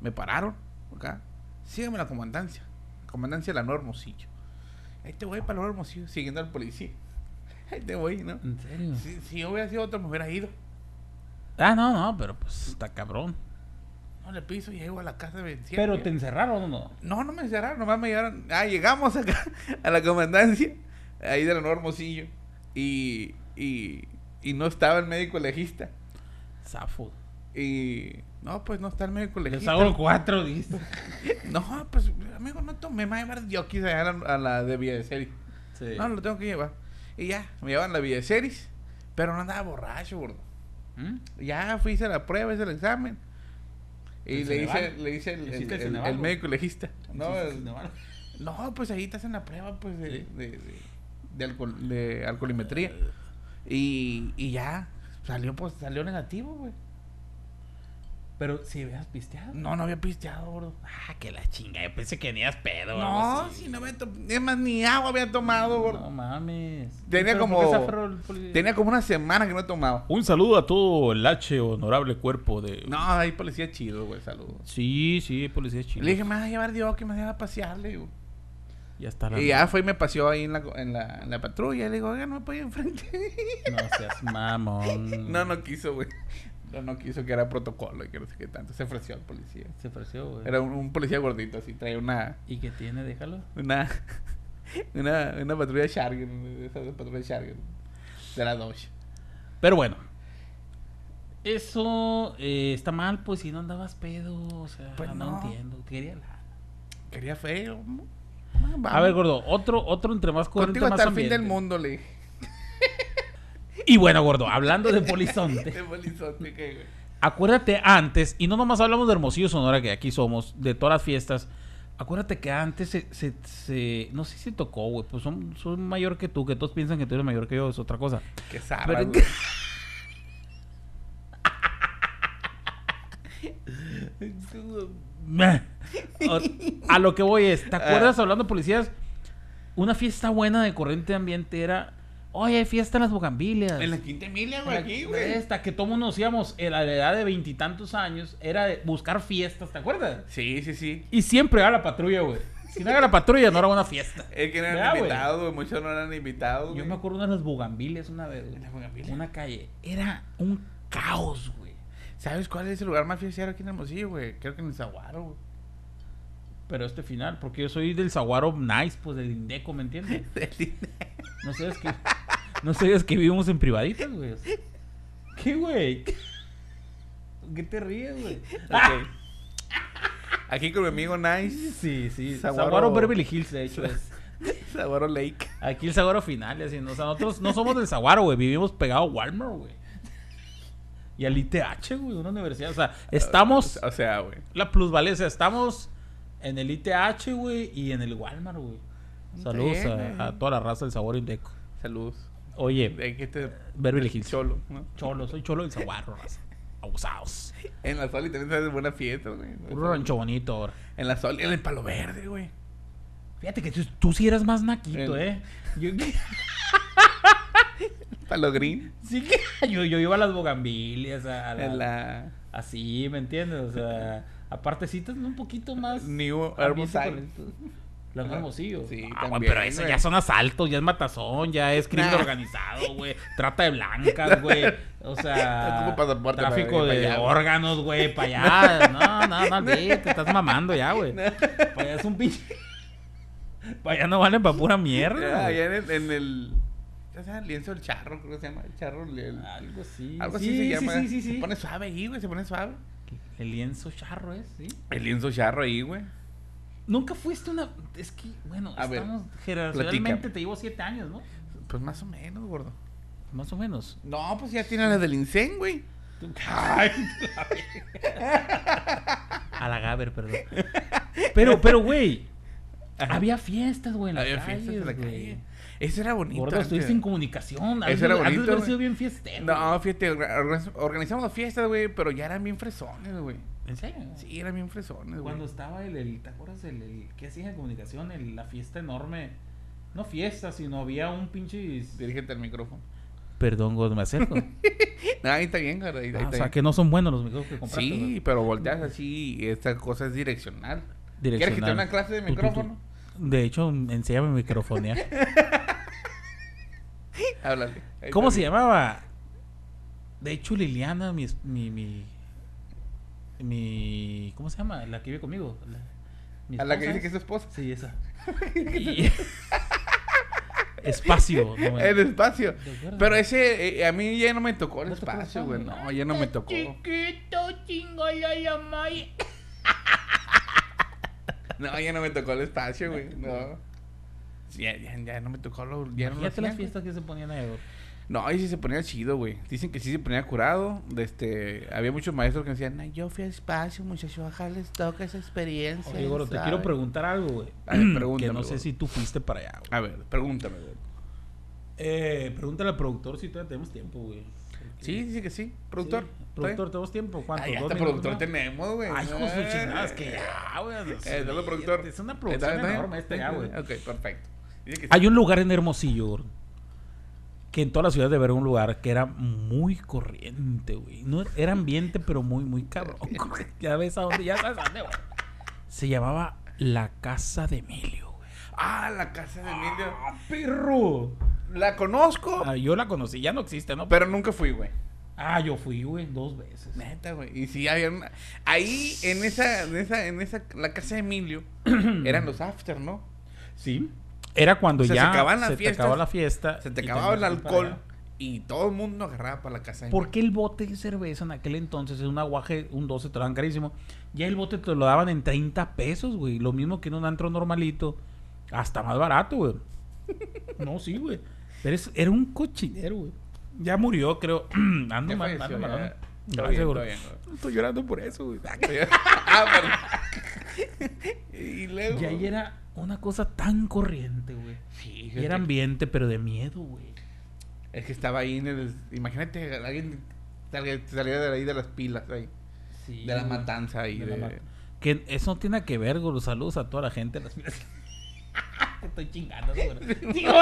B: Me pararon acá. Sígueme a la comandancia. Comandancia de la Nueva Hermosillo. Ahí te voy para la Nueva Hermosillo, siguiendo al policía. Ahí te voy, ¿no?
A: Mm.
C: ¿En serio?
B: Si, si yo hubiera sido otro, me hubiera ido.
A: Ah, no, no, pero pues está cabrón.
B: No le piso y llego a la casa de siete.
C: ¿Pero te encerraron o no?
B: No, no me encerraron, nomás me llevaron. Ah, llegamos acá a la comandancia, ahí de la Nueva Hermosillo. Y, y, y no estaba el médico legista.
A: Zafo.
B: Y no, pues no está el médico
C: Les
B: legista.
C: hago cuatro, dijiste.
B: No, pues amigo, no tomé, me va a llevar Diokis allá a la, a la de Villa de Celis.
C: Sí.
B: No, lo tengo que llevar. Y ya, me llevan a la Villa de Celis, pero no andaba borracho, gordo.
C: ¿Mm?
B: Ya fui, hice la prueba, hice el examen. Y
C: ¿El
B: le hice,
C: Ceneval?
B: le hice el, el,
C: ¿Hiciste el
B: el-
C: Ceneval,
B: el
C: güey?
B: médico legista. No,
C: Sí, sí,
B: el-
C: sí, no, bueno.
B: no, pues ahí te hacen la prueba, pues, de,
C: Sí.
B: de, de- de alcohol- de alcoholimetría. Y, y ya, salió, pues, salió negativo, güey.
C: Pero si habías pisteado.
B: No, no había pisteado, gordo.
A: Ah, que la chinga. Yo pensé que venías pedo. o algo
B: No,
A: así.
B: si no había tomado, es más, ni agua había tomado, gordo.
C: No mames.
B: Tenía
C: ¿Pero por
B: como-
C: qué se aferró el poli-
B: Tenía como una semana que no tomaba.
A: Un saludo a todo el H honorable cuerpo de.
B: No, ahí policía chido, güey, saludos.
A: Sí, sí, policía chino.
B: Le dije, me vas a llevar Dios, que me deja pasear, le digo.
A: Ya está la.
B: Y ya fue y me paseó ahí en la, en la, en la patrulla. Y le digo, oiga, no me puede ir enfrente.
A: No seas mamón.
B: no, no quiso, güey. No, no quiso que era protocolo y que no sé qué tanto. Se ofreció al policía.
C: Se ofreció, güey.
B: Era un, un policía gordito, así, traía una,
C: ¿Y qué tiene? Déjalo.
B: una, una, una patrulla Sharger, de esas de patrulla Sharger, de la Dodge.
A: Pero bueno,
C: Eso eh, está mal, pues si no andabas pedo. O sea,
B: Pues
C: no,
B: no.
C: entiendo. Quería la.
B: Quería feo. ¿no? Ah,
A: a
B: Vamos.
A: ver, gordo, otro, otro entre más corriente,
B: Contigo
A: más
B: hasta el
A: ambiente.
B: fin del mundo, le dije.
A: Y bueno, gordo, hablando de polizonte,
B: Este polizonte que, güey.
A: acuérdate antes, y no nomás hablamos de Hermosillo Sonora, que aquí somos, de todas las fiestas. Acuérdate que antes se, se, se- no sé si tocó, güey, pues son, son mayor que tú, que todos piensan que tú eres mayor que yo, es otra cosa.
B: Qué
A: Pero-
B: zarra, güey.
A: Meh. O- A lo que voy es, ¿te
B: Ah.
A: acuerdas hablando de policías? Una fiesta buena de corriente de ambiente era, oye, hay fiesta en las bogambilias.
B: En la quinta Emilia, güey,
A: La-
B: aquí, güey.
A: Esta que todos nos íbamos a la edad de veintitantos años era de buscar fiestas, ¿te acuerdas?
B: Sí, sí, sí.
A: Y siempre era la patrulla, güey. Si no era la patrulla, no era una fiesta.
B: Es que no
A: Ya,
B: eran
A: güey.
B: invitados, güey. Muchos no eran invitados,
A: Yo
B: güey.
A: me acuerdo una de las bugambiles una vez, güey.
B: ¿Las Bugambiles?
A: Una calle. Era un caos, güey.
B: ¿Sabes cuál es el lugar más fiestero aquí en Hermosillo, güey? Creo que en el Zaguaro, güey.
A: Pero este final, porque yo soy del Saguaro Nice, pues del Indeco, ¿me entiendes? No sé, es que. No sé, es que vivimos en privaditas, güey. ¿Qué, güey?
C: ¿Qué te ríes, güey?
B: Ok. Aquí con mi amigo Nice,
A: Sí, sí.
B: Saguaro-
A: Saguaro, Beverly Hills, de hecho. es.
B: Saguaro Lake.
A: Aquí el Saguaro final, así. ¿no? O sea, nosotros no somos del Saguaro, güey. Vivimos pegado a Walmart, güey. Y al ITH, güey, una universidad. O sea, estamos.
B: O sea, güey.
A: La plusvalencia, estamos en el ITH, güey, y en el Walmart, güey. Saludos
B: Bien,
A: a, a
B: eh.
A: toda la raza del Saguaro Indeco.
B: Saludos.
A: Oye,
B: De que este
A: Beverly Hills.
B: cholo, ¿no?
A: Cholo, soy cholo del Saguaro, raza. Abusados.
B: En la Soli también se hace buena fiesta, güey.
A: Puro rancho bonito ahora.
B: En la Soli, en el Palo Verde, güey.
A: Fíjate que tú, tú sí eras más naquito,
B: El-
A: ¿eh? Yo,
B: Palo Green.
A: sí que- yo, yo iba a las bogambilias, a, a la-
B: En la
A: así, ¿me entiendes? O sea, aparte citas un poquito más...
B: New
A: ambiente
B: Herbicide.
A: correcto. La de Hermosillo.
B: Sí,
A: Ah, güey,
B: también,
A: pero eso
B: güey.
A: ya son asaltos, ya es matazón, ya es crimen
B: Nah.
A: organizado, güey. Trata de blancas, güey. O sea,
B: Ocupo pasaporte para
A: tráfico
B: ir para
A: de
B: allá, güey.
A: órganos, güey, para allá. No, no, no, güey, te estás mamando ya, güey. Para allá es un pinche... Para allá no valen para pura mierda.
B: Allá
A: güey.
B: en el. En el ¿cómo se llama? Lienzo del charro, creo que se llama. El charro. el- el-
A: Algo así.
B: algo
A: Ah, Sí,
B: así se llama.
A: Sí, sí, sí.
B: Se
A: sí.
B: pone suave ahí, güey. Se pone suave.
A: El lienzo charro es, sí.
B: El lienzo charro ahí, güey.
A: Nunca fuiste una. Es que, bueno,
B: A ver,
A: estamos. Generacionalmente
B: platícame.
A: te llevo siete años, ¿no?
B: Pues más o menos, gordo.
A: Más o menos.
B: No, pues ya tiene la del Incén, güey.
A: A la Gaber, perdón. Pero, pero, güey. Había fiestas, güey, en las
B: Había
A: calles,
B: fiestas en la
A: güey.
B: calle. Eso era bonito.
A: Gordo,
B: antes.
A: estuviste en comunicación. Has
B: Eso
A: de-
B: era
A: has de
B: bonito,
A: haber
B: güey.
A: sido bien fiestero.
B: No, fíjate, orga- organizamos fiestas, güey, pero ya eran bien fresones, güey.
A: ¿En serio?
B: Sí, eran bien fresones, güey.
A: Cuando estaba el, el- ¿te acuerdas el, el que hacías en comunicación? El- la fiesta enorme. No fiesta, sino había un pinche.
B: Dirígete al micrófono.
A: Perdón, Gordo, me acerco.
B: No, ahí está bien, cara. Ahí, ahí
A: Ah, o
B: está
A: sea,
B: bien.
A: que no son buenos los micrófonos que compraste.
B: Sí,
A: güey.
B: pero volteas así y esta cosa es direccional. ¿Quieres que te dé
A: Direccional.
B: una clase de
A: Tú, tú, tú.
B: micrófono?
A: De hecho, enséñame microfonía.
B: Háblale. Ahí
A: ¿Cómo
B: está
A: se
B: bien.
A: llamaba? De hecho, Liliana, mi, es- mi, mi, mi- ¿Cómo se llama? La que vive conmigo. La, mi
B: A la que
A: esposa.
B: dice que es su esposa.
A: Sí, esa. Y- Espacio. no me-
B: El espacio.
A: ¿Te acuerdas?
B: Pero ese, eh, a mí ya no me tocó el
A: ¿No te tocó el
B: espacio,
A: espacio?
B: güey. No, ya no me tocó.
D: Chiquito, chingo, la llamai.
B: No, ya no me tocó el espacio, güey. No. Sí, Ya, ya, ya no me tocó lo. Ya no lo
A: Imagínate las
B: hacían, güey.
A: fiestas que se ponían ahí. güey.
B: No, ahí sí se ponía chido, güey. Dicen que sí se ponía curado. de Este, había muchos maestros que decían, "Ay, yo fui al espacio, muchachos, ojalá les toque esa experiencia.
A: Oye, Goro, te
B: ¿sabe?".
A: quiero preguntar algo, güey.
B: A ver, pregúntame,
A: Que no sé
B: Goro.
A: si tú fuiste para allá, güey.
B: A ver, pregúntame, güey.
A: Eh, pregúntale al productor si todavía tenemos tiempo, güey.
B: Sí, dice que sí. Productor.
A: Sí.
B: ¿está
A: Productor,
B: bien?
A: ¿tenemos tiempo? ¿Cuánto?
B: Ay,
A: ¿Dos
B: hasta
A: minutos
B: productor
A: más?
B: tenemos, güey.
A: Ay, hijo de su
B: Ay.
A: chingada, es que ya, güey. Dios
B: Eh, dale,
A: mío,
B: productor.
A: Es una
B: ¿Está
A: producción
B: bien, está bien?
A: enorme esta ya, güey.
B: Ok, perfecto. Dice que sí.
A: Hay un lugar en Hermosillo, güey, que en toda la ciudad debe haber un lugar que era muy corriente, güey. No, era ambiente, pero muy, muy cabrón. güey. ya ves a dónde, ya sabes a dónde, güey. Se llamaba La Casa de Emilio, güey.
B: Ah, la casa de Emilio.
A: Ah, ¡Perro!
B: La conozco,
A: Ah, yo la conocí, ya no existe, ¿no?
B: pero nunca fui, güey.
A: Ah, yo fui, güey, dos veces.
B: Neta, güey. Y sí, había una... Ahí, en esa, en esa, en esa, la casa de Emilio, eran los after, ¿no?
A: Sí. Era cuando
B: O sea,
A: ya
B: se acababan las
A: se te
B: fiestas,
A: acababa la fiesta.
B: Se te
A: y
B: acababa el
A: tenías que ir para
B: alcohol
A: allá.
B: y todo el mundo agarraba para la casa de
A: ¿Por qué el bote de cerveza en aquel entonces, en un aguaje, un 12 te lo dan carísimo? Ya el bote te lo daban en 30 pesos, güey. Lo mismo que en un antro normalito. Hasta más barato, güey. No, sí, güey. Pero es- era un cochinero, güey. Ya murió, creo. ando
B: Emilio.
A: mal,
B: Ya falleció,
A: ando mal,
B: ya.
A: ando.
B: Está
A: Gracias,
B: bien,
A: güey.
B: está bien, güey.
A: Estoy llorando por eso, güey.
B: ah, pero- y luego.
A: Y ahí era una cosa tan corriente, güey.
B: Sí,
A: Y era ambiente, pero de miedo, güey.
B: Es que estaba ahí en el. Imagínate, alguien salga- saliera de ahí de las pilas ahí.
A: Sí,
B: de la
A: güey.
B: matanza ahí.
A: De
B: De
A: la ma- Que eso no tiene que ver, güey. Saludos a toda la gente. de Las filas. Te estoy chingando, güey. Digo-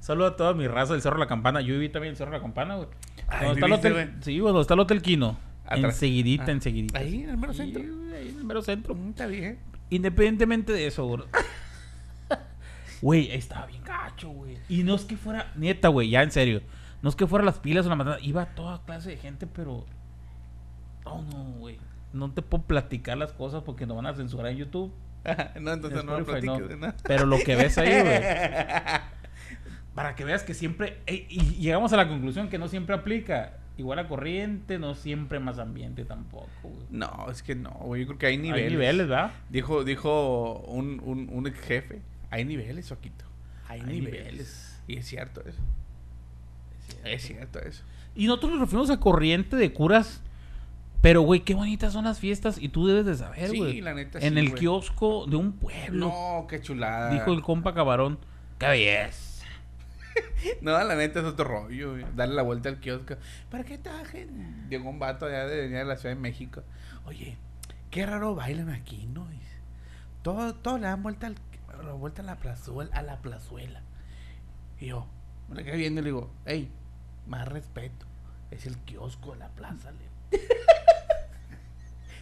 A: Saludos a toda mi raza del Cerro de la Campana. Yo viví también en el Cerro de la Campana, güey.
B: Ay,
A: Donde está el
B: ¿viviste,
A: hotel-
B: güey?
A: Sí, güey, donde está el Hotel Quino.
B: Atrás.
A: Enseguidita,
B: Ah.
A: enseguidita.
B: Ahí en el mero
A: Sí,
B: centro.
A: güey, ahí en el mero centro.
B: Mm, Está bien.
A: Independientemente de eso, güey. Güey, ahí estaba bien gacho, güey. Y no es que fuera, neta, güey, ya en serio. No es que fuera las pilas o la matanza. Iba toda clase de gente, pero. No, no, güey. no te puedo platicar las cosas porque nos van a censurar en YouTube.
B: no, entonces
A: en
B: no lo
A: Spotify,
B: platiques.
A: no.
B: ¿no?
A: Pero lo que ves ahí, güey. Para que veas que siempre. eh, y llegamos a la conclusión que no siempre aplica. Igual a corriente, no siempre más ambiente tampoco, güey.
B: No, es que no, güey. Yo creo que hay niveles.
A: Hay niveles, ¿verdad?
B: Dijo, dijo un, un, un ex jefe. Hay niveles, Oquito. Hay,
A: Hay
B: niveles.
A: niveles.
B: Y es cierto eso. Es cierto eso.
A: Y nosotros nos referimos a corriente de curas. Pero, güey, qué bonitas son las fiestas. Y tú debes de saber,
B: Sí,
A: güey.
B: la neta,
A: En
B: sí,
A: el
B: güey.
A: kiosco de un pueblo.
B: No, qué chulada.
A: Dijo el compa cabarón. ¡Qué belleza!
B: No, la neta es otro rollo, güey. Darle la vuelta al kiosco. ¿Para qué trajen? Llegó un vato allá de venir de la Ciudad de México. Oye, qué raro bailan aquí, ¿no? Y Todo, todo le dan vuelta, al, la vuelta a la plazuela. A la plazuela. Y yo, me le quedé viendo y le digo, hey, más respeto. Es el kiosco de la plaza, le digo.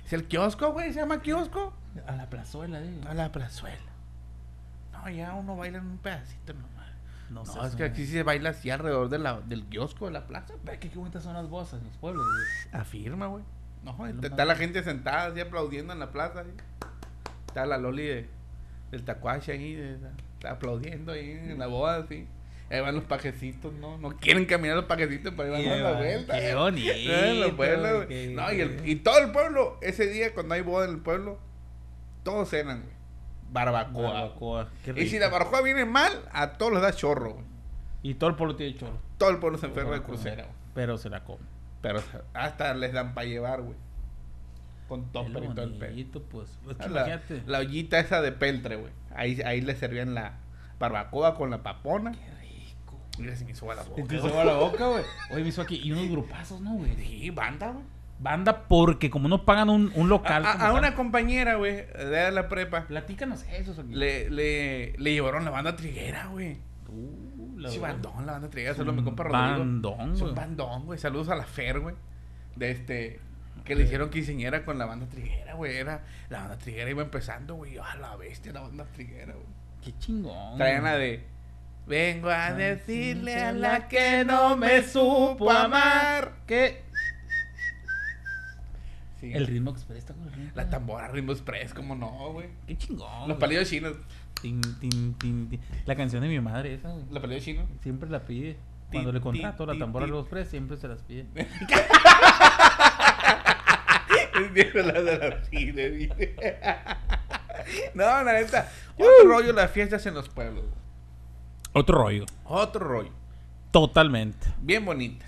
B: Es el kiosco, güey, se llama kiosco.
A: A la plazuela, eh. digo.
B: A la plazuela. No, ya uno baila en un pedacito nomás.
A: No,
B: No,
A: sé.
B: es que aquí sí se baila así alrededor de la, del kiosco de la plaza. pe.
A: Qué bonitas son las bozas en los pueblos, güey.
B: Afirma, güey. No,
A: Es lo
B: está,
A: más-
B: está la gente sentada así aplaudiendo en la plaza. así. Está la Loli de- del Tacuache ahí, de- de- está aplaudiendo ahí en la boda, así. Ahí van los pajecitos, ¿no? No quieren caminar los pajecitos, pero ahí van dando vueltas.
A: Qué
B: eh.
A: bonito.
B: Eh, en los pueblos, güey.
A: qué-
B: No, y, el- y todo el pueblo, ese día cuando hay boda en el pueblo, todos cenan, güey. Barbacoa.
A: Barbacoa, qué
B: Y si
A: rico.
B: la barbacoa viene mal, a todos les da chorro, güey.
A: Y todo el pueblo tiene chorro.
B: Todo el pueblo se enferma de
A: Pero se la
B: crucera,
A: come.
B: güey.
A: Pero se la come.
B: Pero hasta les dan para llevar, güey. Con
A: Es lo
B: topper y todo el pedo.
A: bonito, pues. Es que
B: Ah, La,
A: imagínate.
B: la ollita esa de peltre, güey. Ahí, ahí le servían la barbacoa con la papona.
A: Qué rico.
B: Y les me hizo a la boca.
A: Y te se va la boca, güey. Oye, me hizo aquí. Y unos grupazos, ¿no, güey?
B: Sí, banda, güey.
A: Banda porque como no pagan un, un
B: A,
A: local.
B: a-
A: como
B: a
A: tal.
B: una compañera, güey, de la prepa,
A: Platícanos eso, Soquito.
B: le, le, le llevaron la banda triguera, güey.
A: Uh, la
B: Sí,
A: verdad.
B: bandón, la banda triguera.
A: Es
B: Solo
A: un
B: mi compa Rodrigo.
A: bandón,
B: Es
A: güey.
B: un bandón, güey. Saludos a la Fer, güey. De este. Que le hicieron quinceañera con la banda triguera, güey. Era, la banda triguera iba empezando, güey. A la bestia, la banda triguera, güey.
A: Qué chingón.
B: Traían la de. Vengo a decirle a la que no me supo amar.
A: ¿Qué?
B: Sí.
A: El ritmo express está con el ritmo.
B: La tambora Ritmo Express, como no, güey.
A: Qué chingón.
B: Los
A: güey.
B: palillos chinos.
A: Tin, tin, tin, tin. La canción de mi madre, esa, güey.
B: Los palillos chinos.
A: Siempre la pide.
B: Tin,
A: Cuando le
B: tin,
A: contrato la
B: tin,
A: tambora a
B: tin.
A: los Express, siempre se las pide.
B: Es viejo la de la fila, dice. No, la neta.
A: Uh.
B: Otro rollo las fiestas en los pueblos. güey.
E: Otro rollo.
B: Otro rollo.
E: Totalmente.
B: bien bonitas.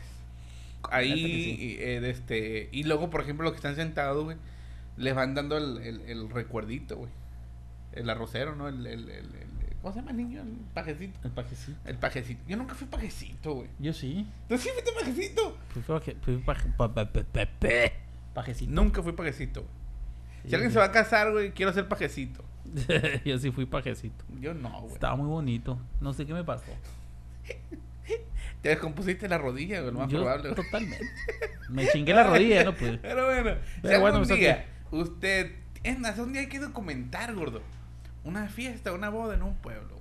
B: Ahí,
A: Neta que sí.
B: y, eh, de este, y luego, por ejemplo, los que están sentados, güey, les van dando el, el, el recuerdito, güey. El arrocero, ¿no? El, el, el- el- ¿Cómo se llama el niño? El pajecito.
A: El pajecito.
B: El pajecito. Yo nunca fui pajecito, güey.
A: Yo sí.
B: ¿Tú sí fuiste pajecito?
A: Fui paje- fui paje- pa- pa- pa- pa- pa- Pajecito.
B: Nunca fui pajecito, güey. Si
A: Sí,
B: alguien
A: sí.
B: se va a casar, güey, quiero ser pajecito.
A: Yo sí fui pajecito.
B: Yo no, güey.
A: Estaba muy bonito. No sé qué me pasó.
B: Te descompusiste la rodilla, güey, lo más
A: Yo-
B: probable, güey.
A: Totalmente. Me chingué la rodilla, no pude.
B: Pero bueno,
A: Pero
B: si algún
A: bueno, pues, ok.
B: día usted, es más, un día hay que documentar, gordo, una fiesta, una boda en un pueblo. güey.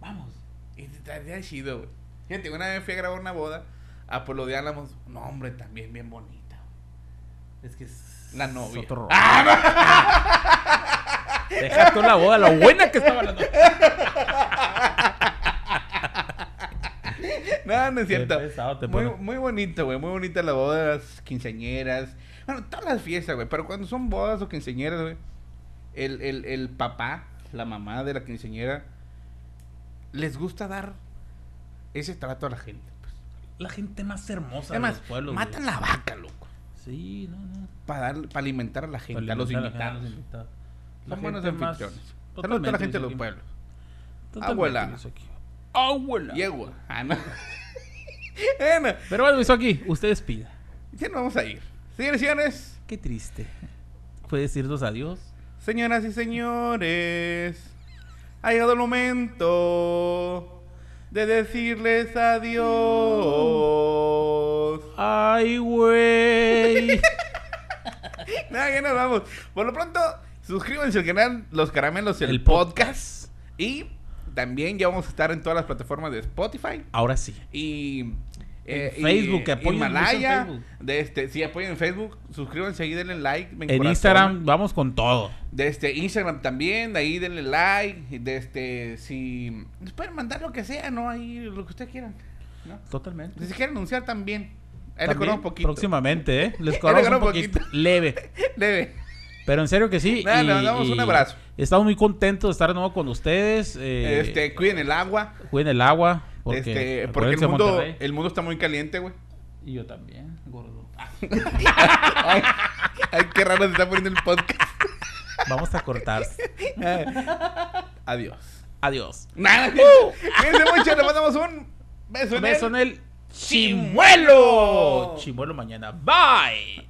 A: Vamos.
B: Y estaría chido, güey. Fíjate, una vez fui a grabar una boda a Pueblo de Álamos, un hombre también bien bonita. güey.
A: Es que es.
B: La novia.
A: otro rollo.
B: ¡Ah, no!
A: Deja tú la boda, lo buena que estaba la novia.
B: No, no es
A: Qué
B: cierto.
A: pesado te
B: Muy,
A: pones.
B: muy bonito, güey. Muy bonita la boda, las quinceañeras. Bueno, todas las fiestas, güey. Pero cuando son bodas o quinceañeras, güey. El, el, el papá, la mamá de la quinceañera, les gusta dar ese trato a la gente. pues.
A: La gente más hermosa de
B: Además,
A: los pueblos. güey.
B: matan la vaca, loco.
A: Sí, no, no.
B: Para, dar, para alimentar a la gente, a los
A: Alimentar
B: invitados.
A: los invitados. La
B: Son buenos
A: gente más-
B: anfitriones. Saludos a toda
A: Totalmente,
B: la gente de los
A: Luis
B: pueblos.
A: Aquí. Totalmente,
B: Abuela.
A: Luis aquí.
E: Abuela.
B: Yegua. Ah, no. bueno,
A: Pero bueno, eso aquí, ustedes pidan.
B: ya nos vamos a ir. Señores y señores.
A: Qué triste. Fue decirnos adiós.
B: Señoras y señores, ha llegado el momento de decirles adiós.
A: Ay, güey.
B: Nada, ya nos vamos. Por lo pronto, suscríbanse al canal Los Caramelos, el,
A: El
B: podcast. Y también ya vamos a estar en todas las plataformas de Spotify.
A: Ahora sí.
B: Y eh,
C: En Facebook, que apoyen
B: Himalaya,
C: mucho en Facebook.
B: de este, si apoyen en Facebook, suscríbanse ahí, denle like, me
A: En
B: encorazonan.
A: Instagram vamos con todo.
B: de este Instagram también, de ahí denle like, de este, si nos pueden mandar lo que sea, no, ahí lo que ustedes quieran, ¿no?
A: Totalmente.
B: Si se quieren anunciar también, ahí les
A: También,
B: conozco un poquito.
A: Próximamente, ¿eh? Les
B: Ahí le
A: conozco un
B: conozco
A: poquito. Leve.
B: Leve.
A: Pero en serio que sí.
B: Nada,
A: y-
B: le mandamos un
A: y
B: abrazo.
A: Estamos muy contentos de estar de nuevo con ustedes. eh,
B: este, cuiden el agua,
A: Cuiden el agua. Porque,
B: este, porque el
A: acuérdense de
B: mundo,
A: Monterrey.
B: el mundo está muy caliente, güey.
C: Y yo también, gordo.
A: Ah,
B: Ay, ay, qué raro se está poniendo el podcast.
A: Vamos a cortar.
B: Adiós.
A: Adiós.
B: Nada,
A: ¡Uh!
B: cuídense mucho, le mandamos un beso en el-
A: Beso en el
B: chimuelo.
A: chimuelo mañana. Bye.